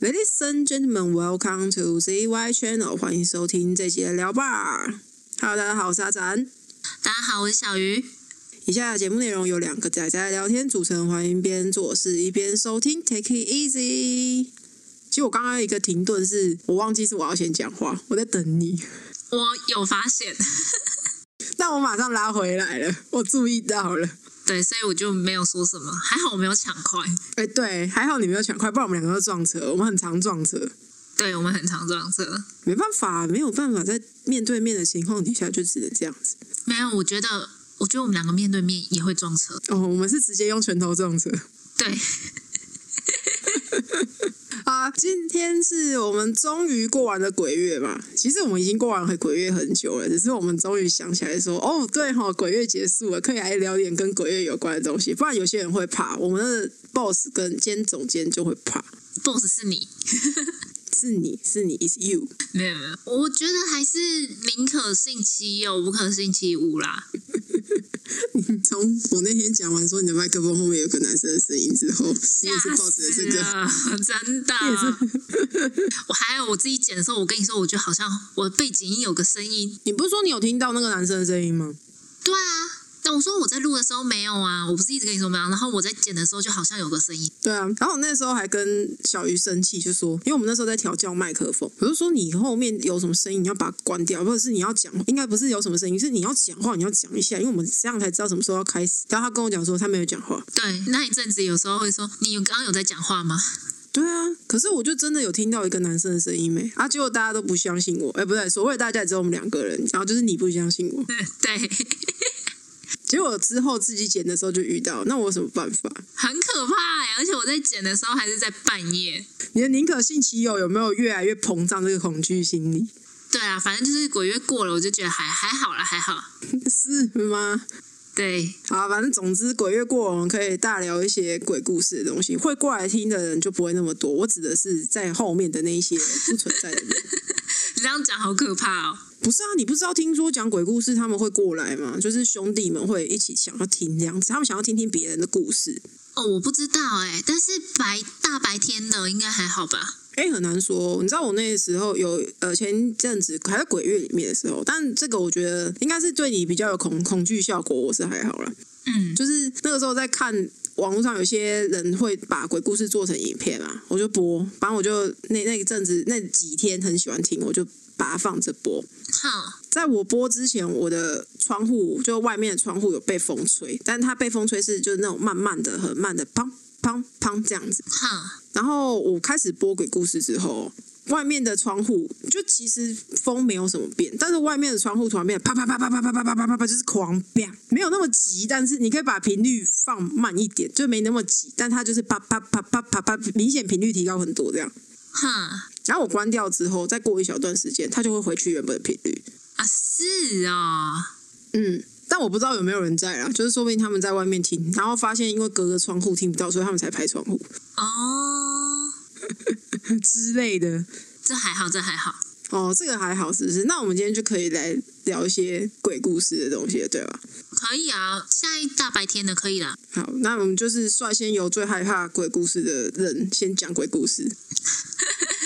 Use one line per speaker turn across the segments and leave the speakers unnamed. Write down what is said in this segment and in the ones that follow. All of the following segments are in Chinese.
Ladies and gentlemen, welcome to ZY Channel，欢迎收听这集的聊吧。Hello，大家好，我是阿展。
大家好，我是小鱼。
以下节目内容由两个仔仔聊天组成，欢迎边做事一边收听，Take it easy。其实我刚刚一个停顿是，我忘记是我要先讲话，我在等你，
我有发现，
但我马上拉回来了，我注意到了。
对，所以我就没有说什么，还好我没有抢快。
哎、对，还好你没有抢快，不然我们两个都撞车，我们很常撞车。
对我们很常撞车，
没办法，没有办法在面对面的情况底下就只能这样子。
没有，我觉得，我觉得我们两个面对面也会撞车。
哦，我们是直接用拳头撞车
对，
啊！今天是我们终于过完了鬼月嘛，其实我们已经过完了鬼月很久了，只是我们终于想起来说，哦，对哈、鬼月结束了，可以来聊点跟鬼月有关的东西，不然有些人会怕，我们的 boss 跟兼总监就会怕。
boss 是你，
是你是你，is you。
没有没有，我觉得还是宁可信其有，不可信其无啦。
从我那天讲完说你的麦克风后面有个男生的声音之后，你也是
吓
抱着
死
这个
了，真的。我还有我自己剪的时候，我跟你说，我觉得好像我背景音有个声音。
你不是说你有听到那个男生的声音吗？
对啊。但我说我在录的时候没有啊，我不是一直跟你说没有，然后我在剪的时候就好像有个声音，
对啊，然后我那时候还跟小鱼生气，就说，因为我们那时候在调教麦克风，我就说你后面有什么声音，你要把它关掉，或者是你要讲，应该不是有什么声音，是你要讲话，你要讲一下，因为我们这样才知道什么时候要开始。然后他跟我讲说他没有讲话，
对，那一阵子有时候会说，你有刚刚有在讲话吗？
对啊，可是我就真的有听到一个男生的声音没啊，结果大家都不相信我，哎，不对，所谓大家也只有我们两个人，然后就是你不相信我，
对，
结果之后自己剪的时候就遇到，那我有什么办法？
很可怕、欸，而且我在剪的时候还是在半夜。
你的宁可信其有有没有越来越膨胀这个恐惧心理？
对啊，反正就是鬼月过了，我就觉得还还好啦，还好。
是吗？
对，
好，反正总之鬼月过，我们可以大聊一些鬼故事的东西。会过来听的人就不会那么多。我指的是在后面的那一些不存在的人。
你这样讲好可怕哦。
不是啊，你不知道听说讲鬼故事他们会过来吗？就是兄弟们会一起想要听这样子，他们想要听听别人的故事。
哦，我不知道哎、但是白大白天的应该还好吧？
哎、很难说哦。你知道我那时候有呃前一阵子还在鬼月里面的时候，但这个我觉得应该是对你比较有恐恐惧效果，我是还好啦。
嗯，
就是那个时候在看网络上有些人会把鬼故事做成影片嘛，我就播，反正我就那那一阵子那几天很喜欢听，我就把它放着播。
好，
在我播之前，我的窗户就外面的窗户有被风吹，但它被风吹是就是那种慢慢的、很慢的，砰砰砰这样子。
好，
然后我开始播鬼故事之后，外面的窗户就其实风没有什么变，但是外面的窗户突然变得啪啪啪啪啪啪啪啪啪啪啪，就是狂变，没有那么急，但是你可以把频率放慢一点，就没那么急，但它就是啪啪啪啪啪啪，明显频率提高很多这样。
哈
然后我关掉之后，再过一小段时间，它就会回去原本的频率。
啊，是啊、
嗯，但我不知道有没有人在啦，就是说不定他们在外面听，然后发现因为隔着窗户听不到，所以他们才拍窗户
哦，哦，
之类的。
这还好，这还好。
哦，这个还好，是不是？那我们今天就可以来聊一些鬼故事的东西了，对吧？
可以啊，现在大白天的可以啦。
好，那我们就是率先由最害怕鬼故事的人先讲鬼故事，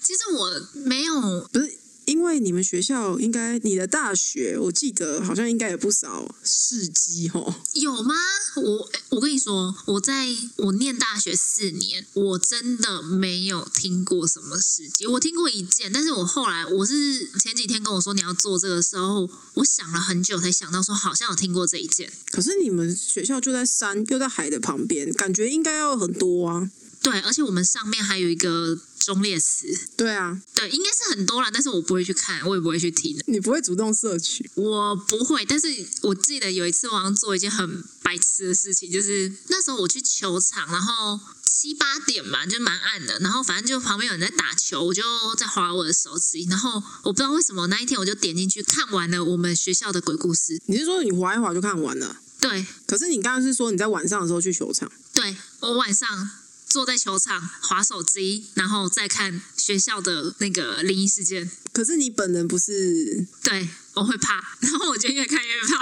其实我没有
不是？因为你们学校应该，你的大学，我记得好像应该有不少事迹哦。
有吗？我诶我跟你说，我在我念大学四年，我真的没有听过什么事迹。我听过一件，但是我后来我是前几天跟我说你要做这个时候，我想了很久才想到说好像有听过这一件。
可是你们学校就在山又在海的旁边，感觉应该要有很多啊。
对，而且我们上面还有一个忠烈祠，
对啊，
对，应该是很多啦，但是我不会去看，我也不会去听。
你不会主动摄取，
我不会，但是我记得有一次我好像做一件很白痴的事情，就是那时候我去球场，然后七八点吧，就蛮暗的，然后反正就旁边有人在打球，我就在划我的手机，然后我不知道为什么那一天我就点进去看完了我们学校的鬼故事，
你是说你划一划就看完了？
对
可是你刚刚是说你在晚上的时候去球场，
对，我晚上。坐在球场划手机，然后再看学校的那个灵异事件，
可是你本人不是
对我会怕，然后我就越看越怕。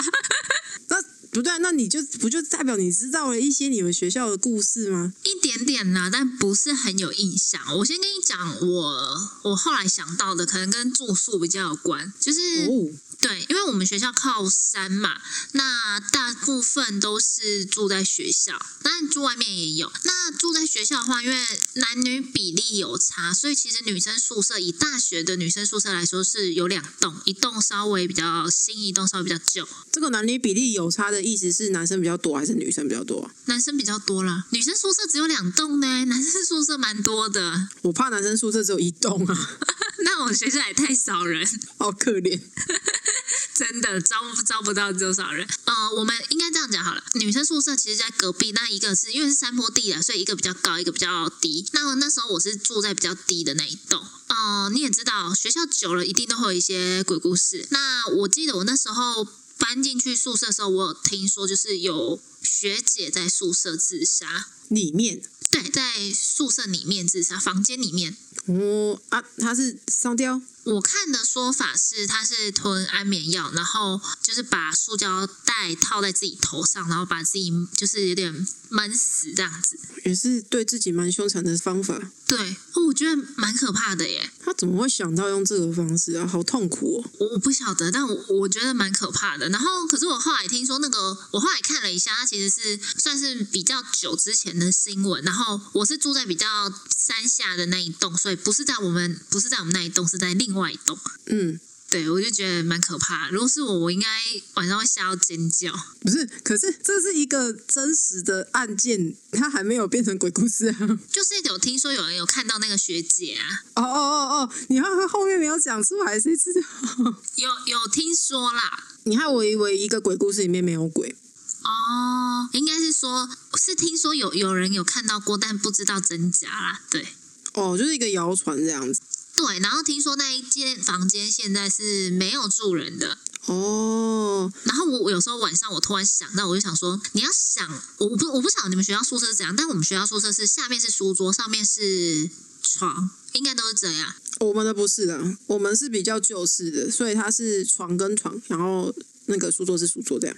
那不对啊，那你就不就代表你知道了一些你们学校的故事吗？
一点点啦，但不是很有印象。我先跟你讲，我我后来想到的，可能跟住宿比较有关，就是、
哦，
对，因为我们学校靠山嘛，那大部分都是住在学校，当然住外面也有。那住在学校的话，因为男女比例有差，所以其实女生宿舍以大学的女生宿舍来说是有两栋，一栋稍微比较新，一栋稍微比较旧，
这个男女比例有差的意思是男生比较多还是女生比较多啊？
男生比较多啦。女生宿舍只有两栋呢，男生宿舍蛮多的。
我怕男生宿舍只有一栋啊，
那我们学校也太少人，
好可怜。
真的招招不到多少人。呃，我们应该这样讲好了，女生宿舍其实在隔壁，那一个是因为是山坡地啊，所以一个比较高，一个比较低。那那时候我是住在比较低的那一栋。呃，你也知道，学校久了一定都会有一些鬼故事。那我记得我那时候搬进去宿舍的时候，我有听说就是有学姐在宿舍自杀，
里面
对，在宿舍里面自杀，房间里面。
哦啊，他是烧掉
我看的说法是，他是吞安眠药，然后就是把塑胶袋套在自己头上，然后把自己就是有点闷死这样子。
也是对自己蛮凶残的方法。
对，哦，我觉得蛮可怕的耶。
他怎么会想到用这个方式啊？好痛苦哦！
我我不晓得，但我我觉得蛮可怕的。然后，可是我后来听说那个，我后来看了一下，它其实是算是比较久之前的新闻。然后我是住在比较山下的那一栋，所以不是在我们不是在我们那一栋，是在另外一栋。
嗯，
对，我就觉得蛮可怕。如果是我，我应该晚上会吓到尖叫。
不是，可是这是一个真实的案件，它还没有变成鬼故事啊！
就是有听说有人有看到那个学姐啊，
哦哦哦哦，你看后面没有讲出来， 谁知道？
有有听说啦。
你看，我以为一个鬼故事里面没有鬼，
哦，应该是说，是听说有有人有看到过，但不知道真假啦。对
哦，就是一个谣传这样子。
对，然后听说那一间房间现在是没有住人的。
哦，
然后我我有时候晚上我突然想到，我就想说，你要想，我我不我不晓得你们学校宿舍是怎样，但我们学校宿舍是下面是书桌，上面是床，应该都是这样。
我们的不是啊，我们是比较旧式的，所以它是床跟床，然后那个书桌是书桌这样。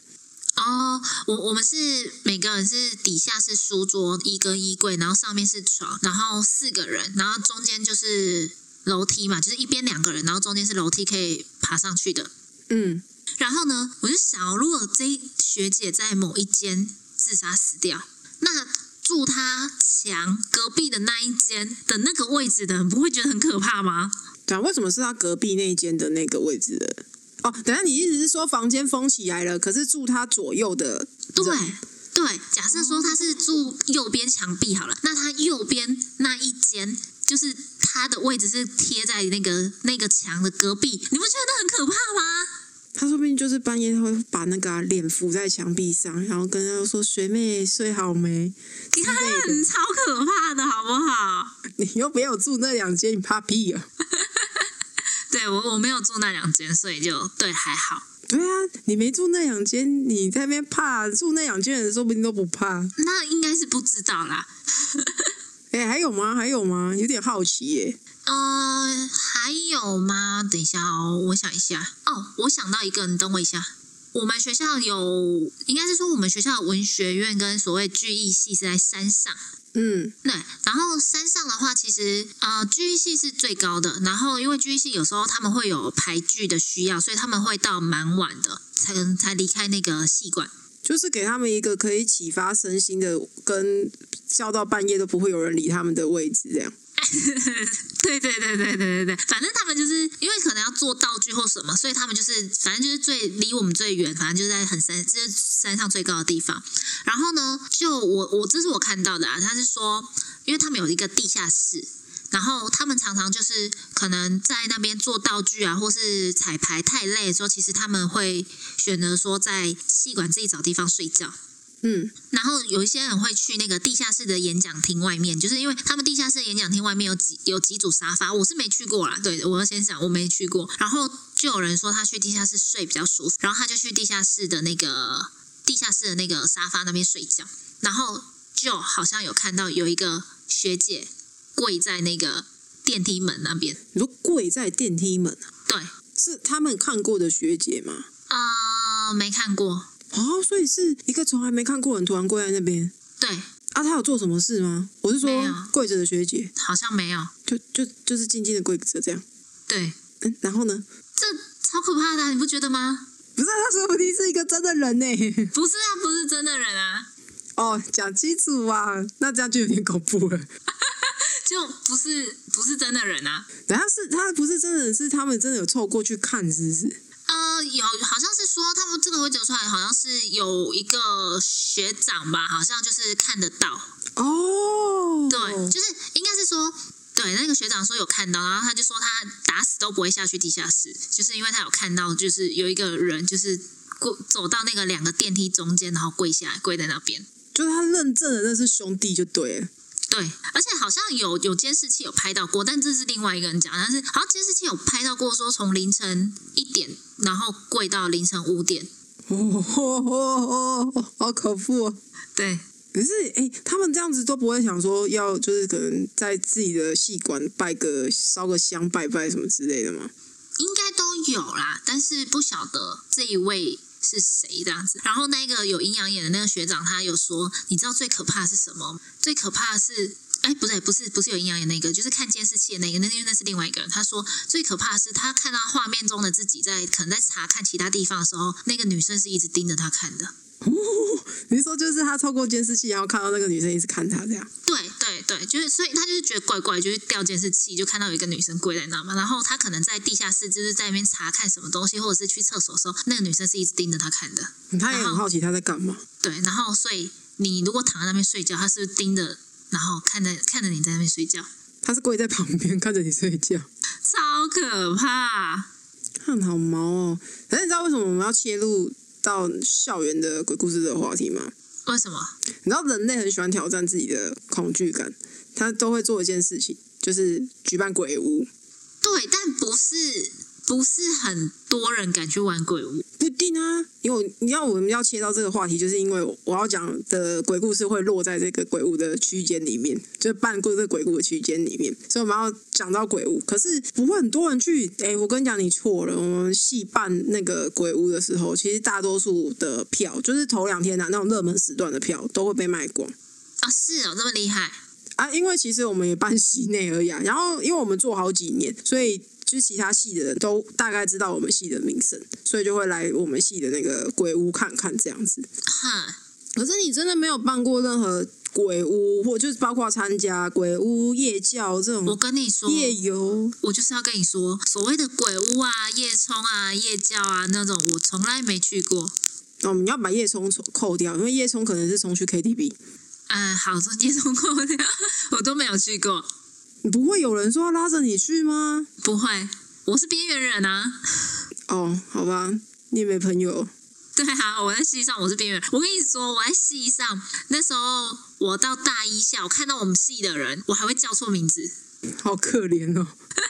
哦，我我们是每个人是底下是书桌一跟衣柜，然后上面是床，然后四个人，然后中间就是楼梯嘛，就是一边两个人，然后中间是楼梯可以爬上去的。
嗯，
然后呢，我就想哦，如果这一学姐在某一间自杀死掉，那住她墙隔壁的那一间的那个位置的人，不会觉得很可怕吗？
对啊，为什么是他隔壁那一间的那个位置的？哦，等一下，你意思是说房间封起来了，可是住他左右的
对
人
对，假设说他是住右边墙壁好了，那他右边那一间就是他的位置是贴在那个那个墙的隔壁，你不觉得很可怕吗？
他说不定就是半夜他会把那个啊脸、扶在墙壁上，然后跟他说：“学妹睡好没之
你
类的
看，超可怕的好不好？？”
你又没有住那两间，你怕屁啊？
对我我没有住那两间，所以就对还好。
对啊，你没住那两间，你在那边怕住那两间的人，说不定都不怕。
那应该是不知道啦。
哎、还有吗？还有吗？有点好奇耶、
呃，还有吗？等一下哦，我想一下。哦，我想到一个，你等我一下。我们学校有，应该是说我们学校的文学院跟所谓剧艺系是在山上。
嗯，
对，然后山上的话，其实呃，剧艺系是最高的。然后因为剧艺系有时候他们会有排剧的需要，所以他们会到蛮晚的才才离开那个戏馆。
就是给他们一个可以启发身心的，跟笑到半夜都不会有人理他们的位置，这样。
对对对对对对对，反正他们就是因为可能要做道具或什么，所以他们就是反正就是最离我们最远，反正就是在很山，就是山上最高的地方。然后呢，就我我这是我看到的啊，他是说，因为他们有一个地下室。然后他们常常就是可能在那边做道具啊，或是彩排太累的时候，其实他们会选择说在戏馆自己找地方睡觉。
嗯，
然后有一些人会去那个地下室的演讲厅外面，就是因为他们地下室的演讲厅外面有几有几组沙发，我是没去过啦。对，我要先讲我没去过。然后就有人说他去地下室睡比较舒服，然后他就去地下室的那个地下室的那个沙发那边睡觉，然后就好像有看到有一个学姐跪在那个电梯门那边，
你说跪在电梯门啊，
对，
是他们看过的学姐吗？
啊、没看过，
哦，所以是一个从来没看过的人突然跪在那边
对，
啊？他有做什么事吗？我是说
没有
跪着的学姐，
好像没有。
就就就是静静的跪着这样。
对，
嗯，然后呢？
这超可怕的啊、你不觉得吗？
不是啊，他说不定是一个真的人呢、
不是啊，不是真的人啊，
哦，讲清楚啊，那这样就有点恐怖了。
就不是不是真的人啊。
等下是他不是真的人，是他们真的有凑过去看，是不是？
呃，有好像是说他们这个会讲出来，好像是有一个学长吧，好像就是看得到，
哦，
对，就是应该是说，对那个学长说有看到，然后他就说他打死都不会下去地下室，就是因为他有看到，就是有一个人就是过走到那个两个电梯中间，然后跪下来跪在那边。
就是他认证的那是兄弟就对了。
对，而且好像有有监视器有拍到过，但这是另外一个人讲，但是好像监视器有拍到过，说从凌晨一点，然后跪到凌晨五点。
哦哦哦哦，好恐怖、哦！
对，
可是哎、他们这样子都不会想说要，就是可能在自己的戏馆拜个烧个香拜拜什么之类的吗？
应该都有啦，但是不晓得这一位是谁这样子。然后那个有阴阳眼的那个学长，他有说，你知道最可怕的是什么？最可怕的是，哎，不对，不是，不是有阴阳眼那个，就是看监视器的那个，那因为那是另外一个人。他说最可怕的是，他看到画面中的自己在可能在查看其他地方的时候，那个女生是一直盯着他看的。
哦你说就是他透过监视器，然后看到那个女生一直看他这样，
对对对，就是所以他就是觉得怪怪，就是调监视器就看到有一个女生跪在那嘛，然后他可能在地下室就是在那边查看什么东西，或者是去厕所的时候，那个女生是一直盯着他看的。
他也很好奇他在干嘛。
对，然后所以你如果躺在那边睡觉，他是不是盯着，然后看着看着你在那边睡觉，
他是跪在旁边看着你睡觉，
超可怕。
看好毛哦。可是你知道为什么我们要切入到校园的鬼故事这个话题吗？
为什么？
你知道人类很喜欢挑战自己的恐惧感，他都会做一件事情，就是举办鬼屋。
对，但不是不是很多人敢去玩鬼屋。
不一定啊，因为我你要我们要切到这个话题，就是因为我要讲的鬼故事会落在这个鬼屋的区间里面，就是半故这个鬼屋的区间里面，所以我们要讲到鬼屋。可是不会很多人去，哎、我跟你讲，你错了。我们戏办那个鬼屋的时候，其实大多数的票，就是头两天啊那种热门时段的票都会被卖光。
啊、是哦，这么厉害。
啊，因为其实我们也办系内而已啊，然后因为我们做好几年，所以就是其他系的人都大概知道我们系的名声，所以就会来我们系的那个鬼屋看看这样子。
哈，
可是你真的没有办过任何鬼屋，或就是包括参加鬼屋夜教这
我
种
跟你说，
夜游，
我就是要跟你说，所谓的鬼屋啊、夜冲啊、夜教啊那种，我从来没去过。
那我们哦要把夜冲扣掉，因为夜冲可能是冲去 KTV。
嗯、好，从夜冲过的， 我都没有去过。
不会有人说要拉着你去吗？
不会，我是边缘人啊。
哦，好吧，你也没朋友。
对啊，我在戏上我是边缘人。我跟你说，我在戏上那时候，我到大一下，我看到我们系的人，我还会叫错名字。
好可怜哦。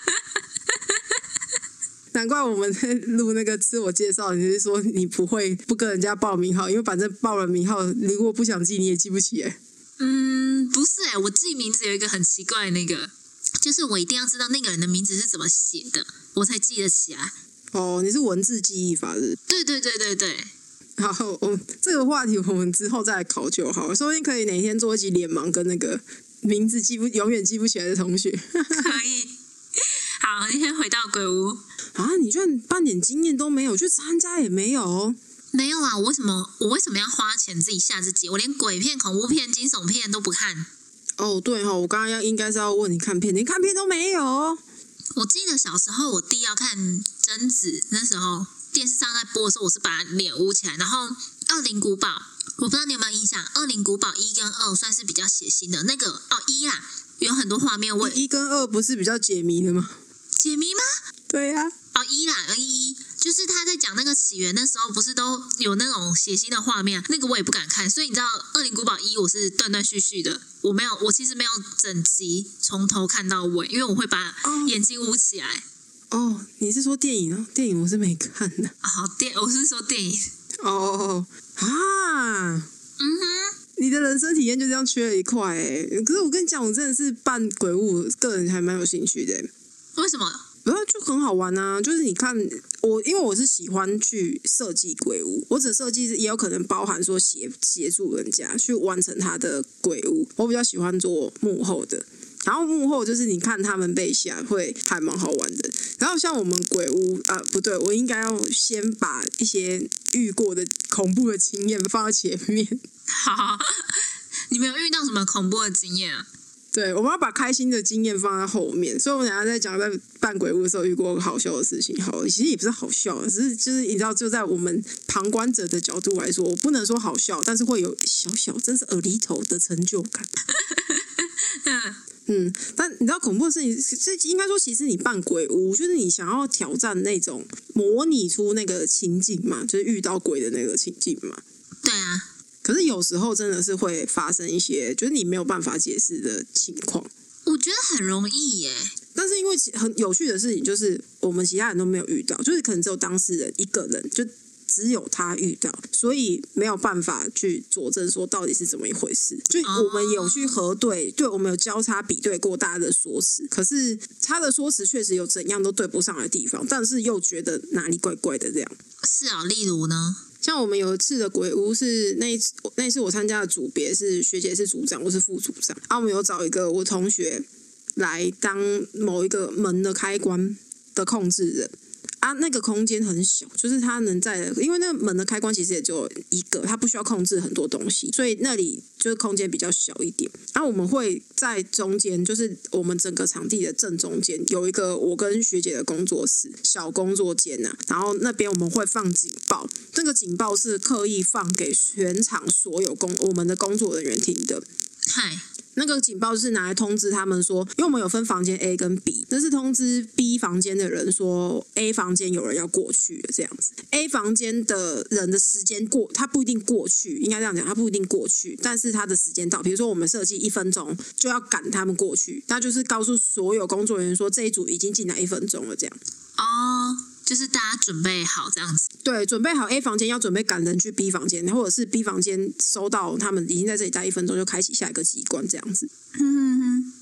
难怪我们在录那个自我介绍，你是说你不会不跟人家报名号，因为反正报了名号，如果不想记你也记不起哎。
嗯，不是哎、我记名字有一个很奇怪的那个，就是我一定要知道那个人的名字是怎么写的，我才记得起来。
哦，你是文字记忆法是
对对对对对，
不是？好，我们这个话题我们之后再来考究好了，说不定可以哪天做一集脸盲跟那个名字记不永远记不起来的同学
可以。 好，你先回到鬼屋。
啊！你居然半点经验都没有，去参加也没有哦。
没有啊，我为什么我为什么要花钱自己吓自己？我连鬼片、恐怖片、惊悚片都不看。
哦，对哈、哦，我刚刚要应该是要问你看片，你看片都没有哦。
我记得小时候我弟要看贞子，那时候电视上在播的时候，我是把脸捂起来。然后《恶灵古堡》，我不知道你有没有印象，《恶灵古堡》一跟二算是比较血腥的，那个哦一啦，有很多画面我
一跟二不是比较解谜的吗？
解谜吗？
对呀、
哦，一啦，一一，就是他在讲那个起源的时候，不是都有那种血腥的画面，那个我也不敢看，所以你知道《恶灵古堡一》我是断断续续的，我没有，我其实没有整集从头看到尾，因为我会把
哦
眼睛捂起来。
哦，你是说电影哦？电影我是没看的。
好、哦电，我是说电影，
哦哦哦啊！
嗯哼，
你的人生体验就这样缺了一块哎、可是我跟你讲，我真的是办鬼屋，个人还蛮有兴趣的欸、
为什么？
然后就很好玩啊！就是你看我，因为我是喜欢去设计鬼屋，我只设计也有可能包含说协协助人家去完成他的鬼屋。我比较喜欢做幕后的，然后幕后就是你看他们背下会还蛮好玩的。然后像我们鬼屋啊、不对，我应该要先把一些遇过的恐怖的经验放到前面。
好，你们有遇到什么恐怖的经验啊？
对，我们要把开心的经验放在后面，所以我们等一下在讲在办鬼屋的时候遇过很好笑的事情。好，其实也不是好笑，只是就是你知道，就在我们旁观者的角度来说，我不能说好笑，但是会有小小真是耳里头的成就感。嗯，但你知道恐怖的事情是，是应该说，其实你办鬼屋，就是你想要挑战那种模拟出那个情景嘛，就是遇到鬼的那个情境嘛。
对啊，
可是有时候真的是会发生一些，就是你没有办法解释的情况。
我觉得很容易耶。
但是因为其很有趣的事情，就是我们其他人都没有遇到，就是可能只有当事人一个人，就只有他遇到，所以没有办法去佐证说到底是怎么一回事。就
哦
我们有去核对，对我们有交叉比对过大家的说辞，可是他的说辞确实有怎样都对不上的地方，但是又觉得哪里怪怪的这样。
是啊，例如呢？
像我们有一次的鬼屋是那一次，那一次我参加的组别是学姐是组长，我是副组长。啊，我们有找一个我同学来当某一个门的开关的控制人。啊，那个空间很小，就是他能在的，因为那个门的开关其实也只有一个，它不需要控制很多东西，所以那里就是空间比较小一点。啊，我们会在中间，就是我们整个场地的正中间有一个我跟学姐的工作室，小工作间呐、然后那边我们会放警报，这个警报是刻意放给全场所有工我们的工作人员听的。
嗨，
那个警报是拿来通知他们说，因为我们有分房间 A 跟 B，那是通知 B 房间的人说 A 房间有人要过去了这样子。A 房间的人的时间过，他不一定过去，应该这样讲，他不一定过去，但是他的时间到，比如说我们设计一分钟就要赶他们过去，那就是告诉所有工作人员说这一组已经进来一分钟了这样。
哦，就是大家准备好这样子。
对，准备好 A 房间要准备赶人去 B 房间，或者是 B 房间收到他们已经在这里待一分钟，就开启下一个机关这样子。
嗯，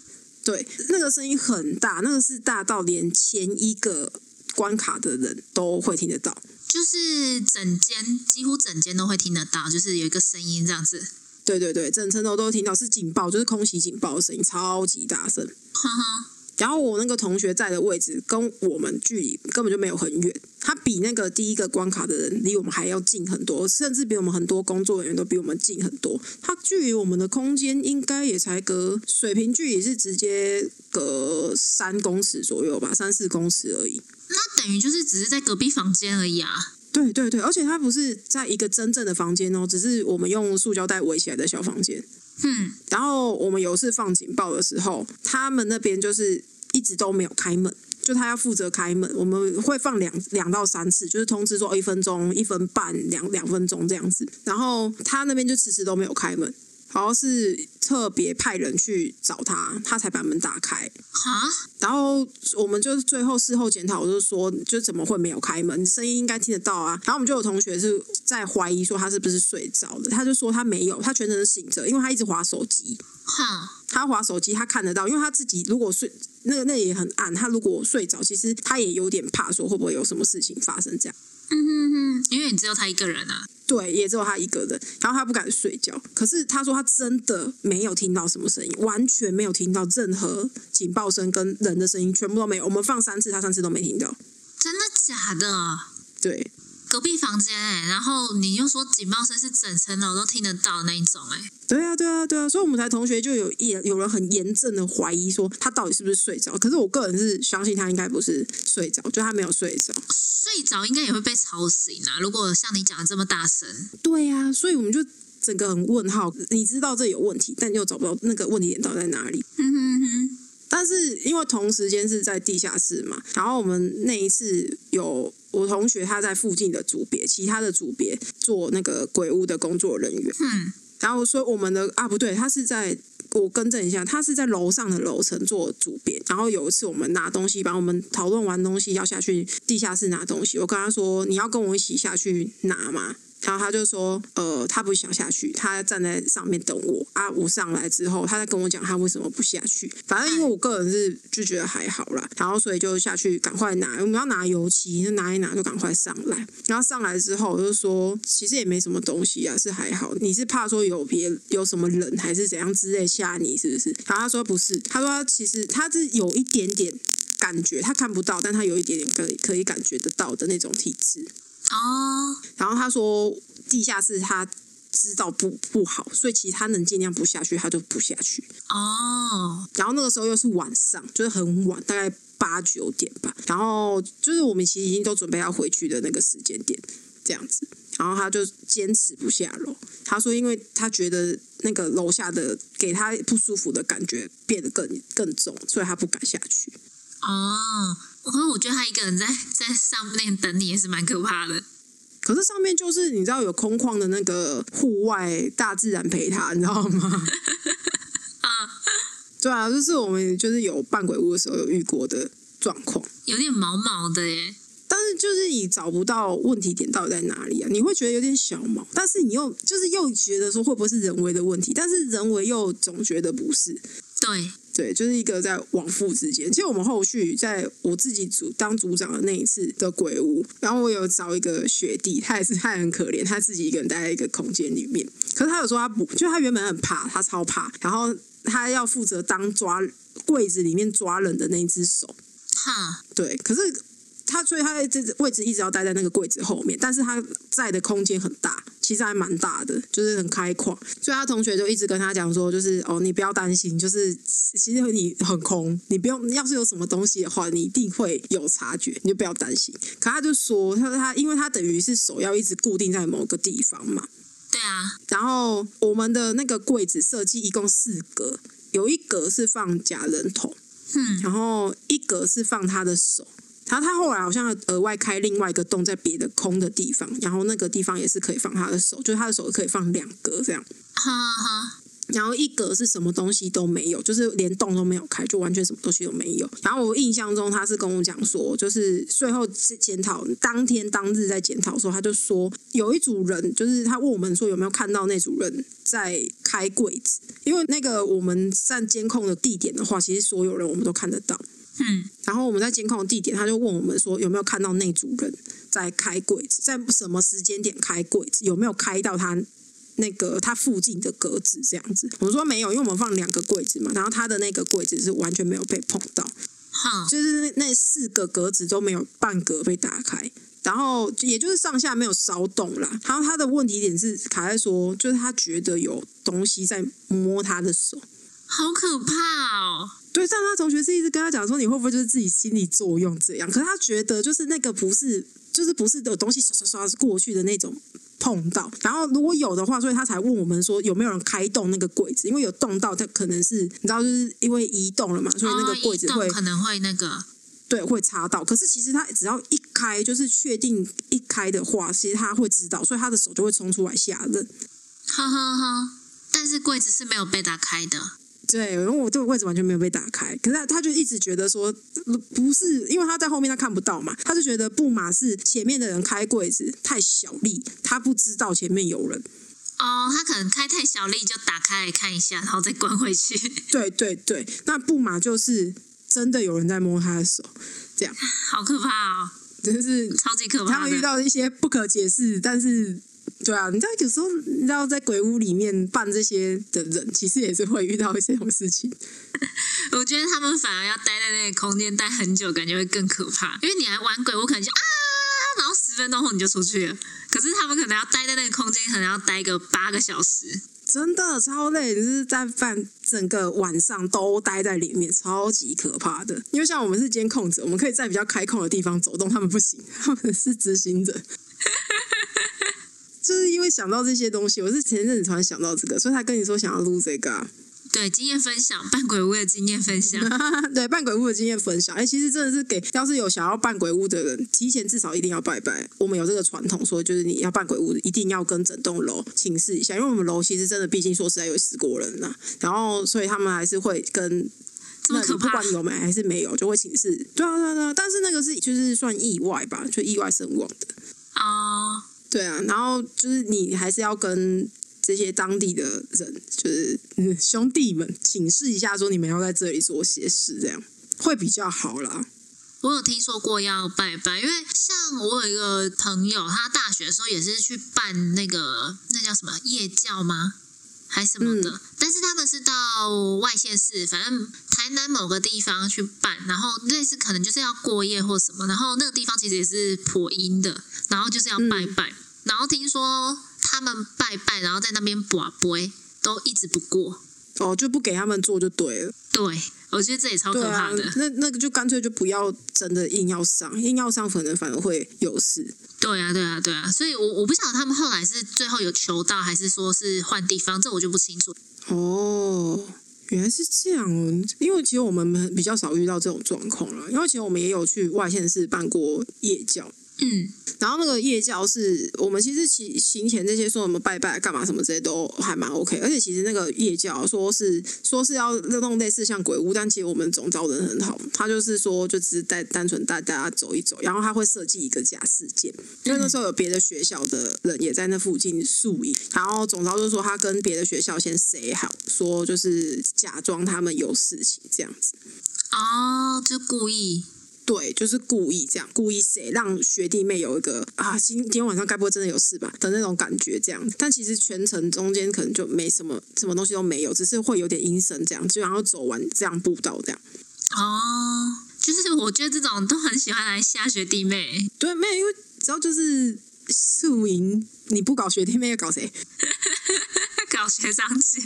对，那个声音很大，那个是大到连前一个关卡的人都会听得到。
就是整间几乎整间都会听得到，就是有一个声音这样子。
对对对，整层楼都听到，是警报，就是空袭警报的声音，超级大声。
哼哼，
然后我那个同学在的位置跟我们距离根本就没有很远，他比那个第一个关卡的人离我们还要近很多，甚至比我们很多工作人员都比我们近很多。他距离我们的空间应该也才隔水平距离是直接隔三公尺左右吧，三四公尺而已。
那等于就是只是在隔壁房间而已啊。
对对对，而且它不是在一个真正的房间哦，只是我们用塑胶袋围起来的小房间。
嗯，
然后我们有次放警报的时候，他们那边就是一直都没有开门，就他要负责开门。我们会放两两到三次，就是通知说一分钟、一分半、两两分钟这样子。然后他那边就迟迟都没有开门，好像是特别派人去找他，他才把门打开。
哈，
然后我们就是最后事后检讨，我就说，就怎么会没有开门？声音应该听得到啊。然后我们就有同学是在怀疑说他是不是睡着了，他就说他没有，他全程是醒着，因为他一直划手机。
哈，
他划手机，他看得到，因为他自己如果睡，那个那也很暗，他如果睡着，其实他也有点怕，说会不会有什么事情发生这样。
嗯哼哼，因为你只有他一个人啊。
对，也只有他一个人，然后他不敢睡觉。可是他说他真的没有听到什么声音，完全没有听到任何警报声跟人的声音，全部都没有。我们放三次，他三次都没听到。
真的假的？
对，
隔壁房间哎、然后你又说警报声是整层楼都听得到那一种哎、
对啊，对啊，对啊，所以我们台同学就有一有人很严正的怀疑说他到底是不是睡着，可是我个人是相信他应该不是睡着，就他没有睡着。
睡着应该也会被吵醒啊。如果像你讲的这么大声，
对呀、所以我们就整个很问号，你知道这有问题，但又找不到那个问题点到底在哪里。
嗯哼哼，
但是因为同时间是在地下室嘛，然后我们那一次有我同学他在附近的组别，其他的组别做那个鬼屋的工作人员，
嗯，
然后所以我们的啊不对，他是在。我更正一下，他是在楼上的楼层做主编。然后有一次我们拿东西，把我们讨论完东西要下去地下室拿东西，我跟他说：“你要跟我一起下去拿吗？”然后他就说，呃，他不想下去，他站在上面等我啊。我上来之后，他在跟我讲他为什么不下去。反啊正因为我个人是就觉得还好啦，然后所以就下去赶快拿，我们要拿油漆，那拿一拿就赶快上来。然后上来之后，我就说其实也没什么东西啊，是还好。你是怕说有别有什么人还是怎样之类吓你是不是？然后他说不是，他说他其实他是有一点点感觉，他看不到，但他有一点点可以可以感觉得到的那种体质。
哦，
然后他说地下室他知道不不好，所以其实他能尽量不下去，他就不下去。
哦，
然后那个时候又是晚上，就是很晚，大概八九点吧。然后就是我们其实已经都准备要回去的那个时间点，这样子。然后他就坚持不下楼，他说，因为他觉得那个楼下的给他不舒服的感觉变得更更重，所以他不敢下去。
哦，可是我觉得他一个人在在上面等你也是蛮可怕的。
可是上面就是你知道有空旷的那个户外大自然陪他，你知道吗？
啊，
对啊，就是我们就是有办鬼屋的时候有遇过的状况，
有点毛毛的耶。
但是就是你找不到问题点到底在哪里啊，你会觉得有点小毛，但是你又就是又觉得说会不会是人为的问题，但是人为又总觉得不是，
对，
对，就是一个在往复之间。其实我们后续在我自己组当组长的那一次的鬼屋，然后我有找一个学弟，他也是他也很可怜，他自己一个人待在一个空间里面。可是他有说他不，就他原本很怕，他超怕，然后他要负责当抓柜子里面抓人的那一只手。
哈，
对，可是他所以他在这位置一直要待在那个柜子后面，但是他在的空间很大，其实还蛮大的，就是很开阔。所以他同学就一直跟他讲说，就是哦，你不要担心，就是其实你很空，你不用，要是有什么东西的话，你一定会有察觉，你就不要担心。可他就说，他说他因为他等于是手要一直固定在某个地方嘛，
对啊，
然后我们的那个柜子设计一共四格，有一格是放假人头，
嗯，
然后一格是放他的手。然后他后来好像额外开另外一个洞在别的空的地方，然后那个地方也是可以放他的手，就是他的手可以放两格这样。
哈哈，
然后一格是什么东西都没有，就是连洞都没有开，就完全什么东西都没有。然后我印象中他是跟我讲说，就是最后是检讨当天当日在检讨的时候，他就说有一组人，就是他问我们说有没有看到那组人在开柜子，因为那个我们站监控的地点的话，其实所有人我们都看得到。
嗯，
然后我们在监控的地点，他就问我们说有没有看到那组人在开柜子，在什么时间点开柜子，有没有开到他那个他附近的格子这样子。我们说没有，因为我们放两个柜子嘛，然后他的那个柜子是完全没有被碰到，
哈，
就是那四个格子都没有半格被打开。然后也就是上下没有骚动啦，然后他的问题点是卡在说，就是他觉得有东西在摸他的手，
好可怕哦。
对，但他同学是一直跟他讲说，你会不会就是自己心理作用这样？可是他觉得就是那个不是，就是不是有东西刷刷刷是过去的那种碰到，然后如果有的话，所以他才问我们说有没有人开动那个柜子，因为有动到，它可能是你知道，就是因为移动了嘛，所以那个
哦
柜
移
子
动
会、
可能会那个，
对会插到。可是其实他只要一开，就是确定一开的话，其实他会知道，所以他的手就会冲出来吓人。
哈哈哈。但是柜子是没有被打开的，
对，因为我这个位置完全没有被打开，可是他他就一直觉得说呃不是，因为他在后面他看不到嘛，他就觉得布马是前面的人开柜子太小力，他不知道前面有人。
哦，他可能开太小力就打开来看一下，然后再关回去，
对对对，那布马就是真的有人在摸他的手，这样
好可怕哦，
真是
超级可
他
怕
们遇
的。
到一些不可解释，但是。对啊，你知道有时候你知道在鬼屋里面办这些的人，其实也是会遇到这种事情。
我觉得他们反而要待在那个空间待很久，感觉会更可怕。因为你来玩鬼屋，可能就啊，然后十分钟后你就出去了。可是他们可能要待在那个空间，可能要待个八个小时。
真的超累，就是在饭整个晚上都待在里面，超级可怕的。因为像我们是监控者，我们可以在比较开空的地方走动，他们不行，他们是执行者。 就是因为想到这些东西，我是前阵子突然想到这个，所以才跟你说想要录这个、啊。
对，经验分享，扮鬼屋的经验分享。
对，扮鬼屋的经验分享，哎、其实真的是给要是有想要扮鬼屋的人，提前至少一定要拜拜。我们有这个传统，说就是你要扮鬼屋，一定要跟整栋楼请示一下，因为我们楼其实真的，毕竟说实在有死过人呐、然后所以他们还是会跟。
这么
那里
可怕
不管有没有还是没有，就会请示。对啊，对啊，对啊。但是那个是就是算意外吧，就意外身亡的。
哦，
对啊，然后就是你还是要跟这些当地的人，就是、 嗯兄弟们请示一下，说你们要在这里做些事，这样会比较好啦。
我有听说过要拜拜，因为像我有一个朋友，他大学的时候也是去办那个那叫什么夜教吗？还什么的，
嗯
但是他们是到外县市，反正台南某个地方去办，然后类似可能就是要过夜或什么，然后那个地方其实也是颇阴的，然后就是要拜
嗯
拜，然后听说他们拜拜，然后在那边卜杯都一直不过，
哦，就不给他们做就对了。
对我觉得这也超
对
可
啊
怕的，，
那那个就干脆就不要真的硬要上，硬要上可能反而会有事。
对啊，对啊，对啊，所以我我不晓得他们后来是最后有求到，还是说是换地方，这我就不清楚。
哦，原来是这样哦。因为其实我们比较少遇到这种状况了，因为其实我们也有去外县市办过夜教，
嗯，
然后那个夜教是我们其实行行前这些说我们拜拜干嘛什么这些都还蛮 OK，而且其实那个夜教说是说是要弄类似像鬼屋，但其实我们总招人很好，他就是说就只是带单纯带大家走一走，然后他会设计一个假事件，因为那时候有别的学校的人也在那附近宿营，然后总招就说他跟别的学校先 say 好，说就是假装他们有事情这样子。
哦，就故意，
对，就是故意这样，故意谁让学弟妹有一个啊，今今天晚上该不会真的有事吧的那种感觉，这样。但其实全程中间可能就没什么，什么东西都没有，只是会有点阴森这样，就然后走完这样步道这样。
哦，就是我觉得这种都很喜欢来吓学弟妹，
对，没有，因为只要就是宿营，你不搞学弟妹，要搞谁？
搞学长姐。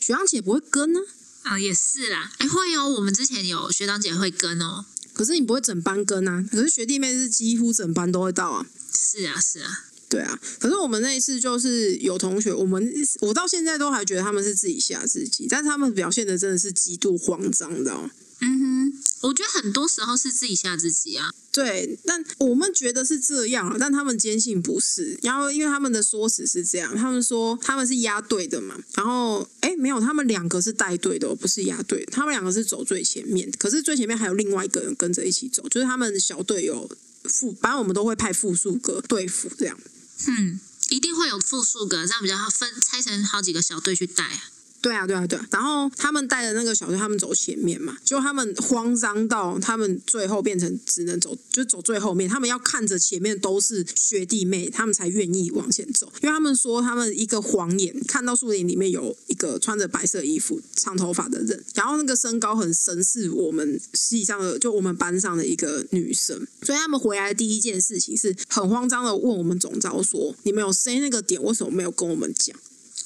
学长姐不会跟呢、
啊、也是啦，哎，会哦，我们之前有学长姐会跟哦，
可是你不会整班跟啊，可是学弟妹是几乎整班都会到啊。
是啊，是啊，
对啊，可是我们那一次就是有同学，我们我到现在都还觉得他们是自己吓自己，但是他们表现的真的是极度慌张，你知道吗？
嗯哼，我觉得很多时候是自己吓自己啊，
对，但我们觉得是这样啊，但他们坚信不是。然后，因为他们的说辞是这样，他们说他们是押对的嘛，然后哎没有，他们两个是带队的哦，不是押队，他们两个是走最前面，可是最前面还有另外一个人跟着一起走，就是他们小队有副，反正我们都会派复数个队服这样。
嗯，一定会有复数个，这样比较好分拆成好几个小队去带啊，
对啊，对啊，对啊。然后他们带的那个小队，他们走前面嘛，就他们慌张到他们最后变成只能走，就走最后面。他们要看着前面都是学弟妹，他们才愿意往前走。因为他们说，他们一个晃眼看到树林里面有一个穿着白色衣服、长头发的人，然后那个身高很神似我们系上的，就我们班上的一个女生。所以他们回来的第一件事情是很慌张的问我们总招说：“你们有 say 那个点，为什么没有跟我们讲？”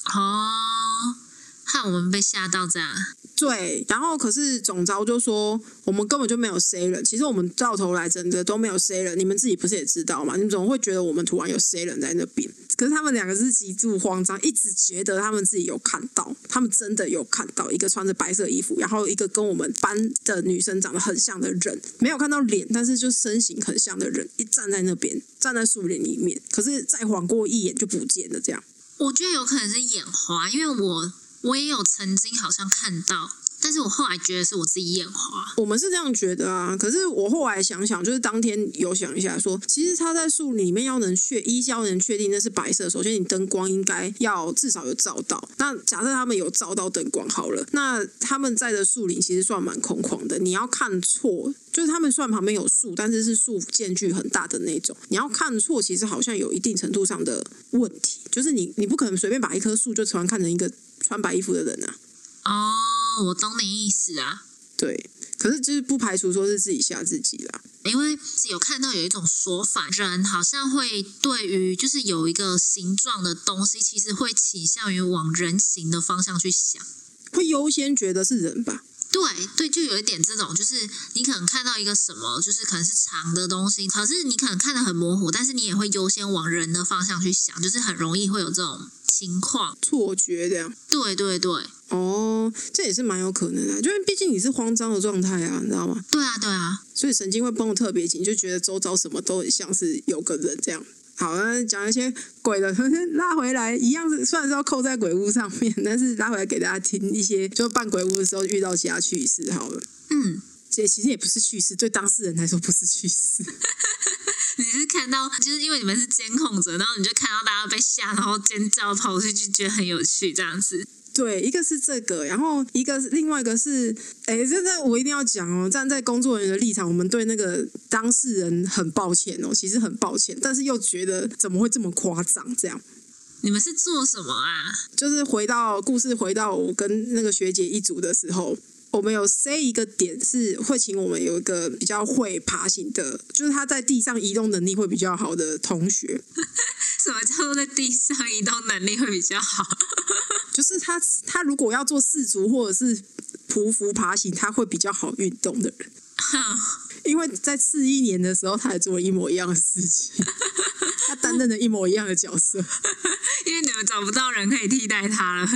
哦，害我们被吓到这样。
对，然后可是总招就说我们根本就没有 C 人，其实我们到头来真的都没有 C 人，你们自己不是也知道嘛？你们怎么会觉得我们突然有 C 人在那边？可是他们两个是极度慌张，一直觉得他们自己有看到，他们真的有看到一个穿着白色衣服，然后一个跟我们班的女生长得很像的人，没有看到脸，但是就身形很像的人，一站在那边，站在树林里面，可是再晃过一眼就不见了，这样。
我觉得有可能是眼花，因为我我也有曾经好像看到，但是我后来觉得是我自己眼花。
我们是这样觉得啊，可是我后来想想，就是当天有想一下说，其实他在树里面要能确依稀要能确定那是白色，首先你灯光应该要至少有照到。那假设他们有照到灯光好了，那他们在的树林其实算蛮空旷的，你要看错。就是他们算旁边有树，但是是树间距很大的那种。你要看错，其实好像有一定程度上的问题。就是你，你不可能随便把一棵树就突然看成一个穿白衣服的人啊。
哦，我懂你意思啊，
对，可是就是不排除说是自己吓自己啦。
因为有看到有一种说法，人好像会对于就是有一个形状的东西，其实会倾向于往人形的方向去想。
会优先觉得是人吧？
对对，就有一点这种，就是你可能看到一个什么，就是可能是长的东西，可是你可能看得很模糊，但是你也会优先往人的方向去想，就是很容易会有这种情况。
错觉这样。
对对对，
哦，这也是蛮有可能的，就是毕竟你是慌张的状态啊，你知道吗？
对啊对啊，
所以神经会绷得特别紧，就觉得周遭什么都很像是有个人这样。好，那讲一些鬼的， 拉回来一样是，虽然是要扣在鬼屋上面，但是拉回来给大家听一些，就办鬼屋的时候遇到其他趣事好了。
嗯，
这其实也不是趣事，对当事人来说不是趣事。
你是看到，就是因为你们是监控者，然后你就看到大家被吓，然后尖叫跑出去，就觉得很有趣这样子。
对，一个是这个，然后一个是另外一个是，哎，真的我一定要讲哦，站在工作人员的立场，我们对那个当事人很抱歉哦，其实很抱歉，但是又觉得怎么会这么夸张？这样
你们是做什么啊？
就是回到故事，回到我跟那个学姐一组的时候。我们有 say 一个点是会请我们有一个比较会爬行的，就是他在地上移动能力会比较好的同学，
什么叫做在地上移动能力会比较好？
就是他他如果要做四足或者是匍匐爬行，他会比较好运动的人。因为在四一年的时候，他也做了一模一样的事情，他担任了一模一样的角色。
因为你们找不到人可以替代他了。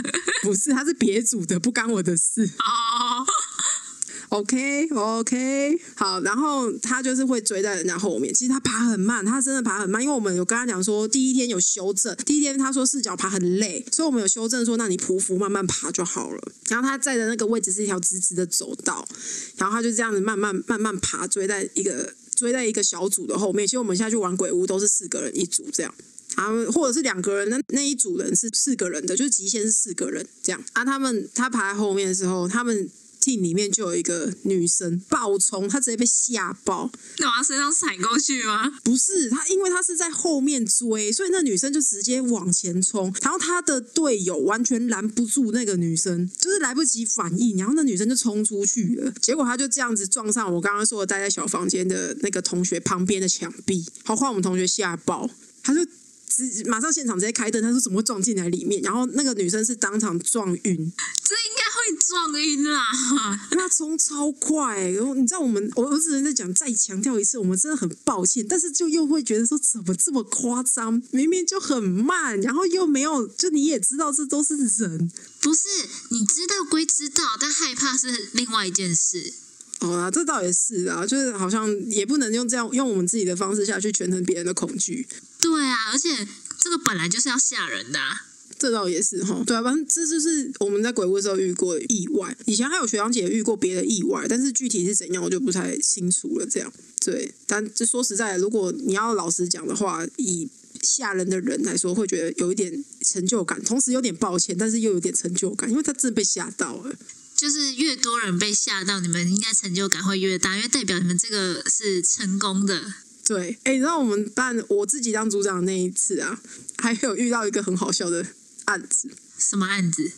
不是，他是别组的，不干我的事。
哦，
OK OK，好，然后他就是会追在人家后面。其实他爬很慢，他真的爬很慢，因为我们有跟他讲说，第一天有修正，第一天他说四脚爬很累，所以我们有修正说，那你匍匐慢慢爬就好了。然后他在的那个位置是一条直直的走道，然后他就这样子慢慢慢慢爬，追在一个追在一个小组的后面。其实我们现在去玩鬼屋都是四个人一组这样。啊，或者是两个人，那那一组人是四个人的，就是极限是四个人这样啊。他们他爬在后面的时候，他们 team 里面就有一个女生爆冲，她直接被吓爆。
那往他身上踩过去吗？
不是她，因为她是在后面追，所以那女生就直接往前冲，然后她的队友完全拦不住那个女生，就是来不及反应，然后那女生就冲出去了。结果她就这样子撞上我刚刚说的待在小房间的那个同学旁边的墙壁，好，换我们同学吓爆，他就。直马上现场直接开灯，他说怎么会撞进来里面？然后那个女生是当场撞晕，
这应该会撞晕啦。
因为她啊冲超快、然后你知道我们，我我只能再讲再强调一次，我们真的很抱歉，但是就又会觉得说怎么这么夸张？明明就很慢，然后又没有，就你也知道这都是人。
不是，你知道归知道，但害怕是另外一件事。
好啦，哦这倒也是啊，就是好像也不能用这样用我们自己的方式下去权衡别人的恐惧。
对啊，而且这个本来就是要吓人的、啊。
这倒也是哈，对啊，反正这就是我们在鬼屋的时候遇过的意外。以前还有学长姐遇过别的意外，但是具体是怎样我就不太清楚了。这样对，但这说实在的，如果你要老实讲的话，以吓人的人来说，会觉得有一点成就感，同时有点抱歉，但是又有点成就感，因为他真的被吓到了。
就是越多人被吓到，你们应该成就感会越大，因为代表你们这个是成功的。
对，哎，你知道我们办我自己当组长的那一次啊，还有遇到一个很好笑的案子。
什么案子？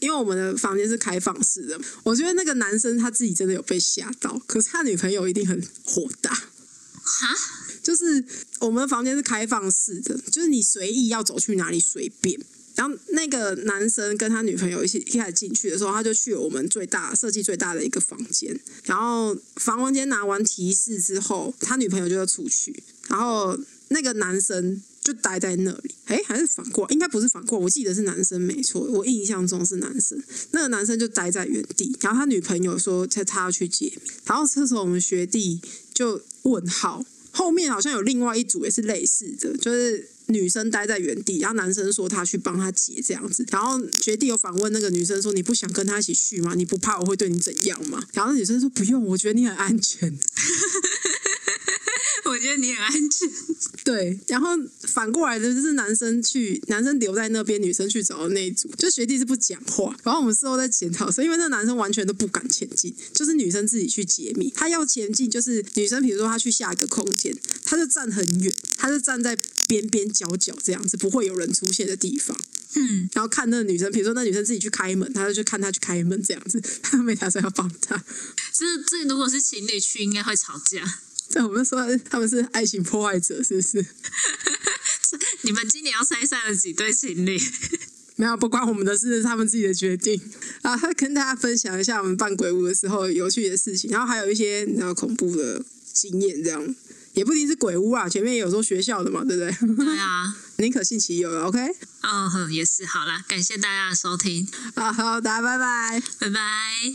因为我们的房间是开放式的，我觉得那个男生他自己真的有被吓到，可是他女朋友一定很火大。
哈？
就是我们的房间是开放式的，就是你随意要走去哪里随便。然后那个男生跟他女朋友一起一开始进去的时候，他就去了我们最大设计最大的一个房间。然后房间拿完提示之后，他女朋友就要出去，然后那个男生就待在那里。哎，还是反过来，应该不是反过来，我记得是男生没错，我印象中是男生。那个男生就待在原地，然后他女朋友说他他要去解谜，然后这时候我们学弟就问号。后面好像有另外一组也是类似的，就是女生待在原地，然后男生说他去帮他解这样子，然后学弟有反问那个女生说你不想跟他一起去吗？你不怕我会对你怎样吗？然后那女生说不用，我觉得你很安全。
我觉得你很安全。
对，然后反过来的就是男生去，男生留在那边，女生去找的那一组，就学弟是不讲话。然后我们事后在检讨是因为那男生完全都不敢前进，就是女生自己去解密。他要前进，就是女生比如说她去下一个空间，他就站很远，他就站在边边角角这样子，不会有人出现的地方。
嗯，
然后看那个女生，比如说那女生自己去开门，他就去看她去开门这样子，他没打算要帮她。
这这如果是情侣去，应该会吵架。
对，我们说他们是爱情破坏者，是不是？
你们今年要拆散了几对情侣？
没有，不关我们的事，是他们自己的决定啊。跟大家分享一下我们办鬼屋的时候有趣的事情，然后还有一些你知道恐怖的经验，这样也不一定是鬼屋啊。前面也有说学校的嘛，对不对？
对啊，哦
宁可信其有了，OK？
嗯哼，也是。好啦，感谢大家的收听，
好，好，大家拜拜。
拜拜。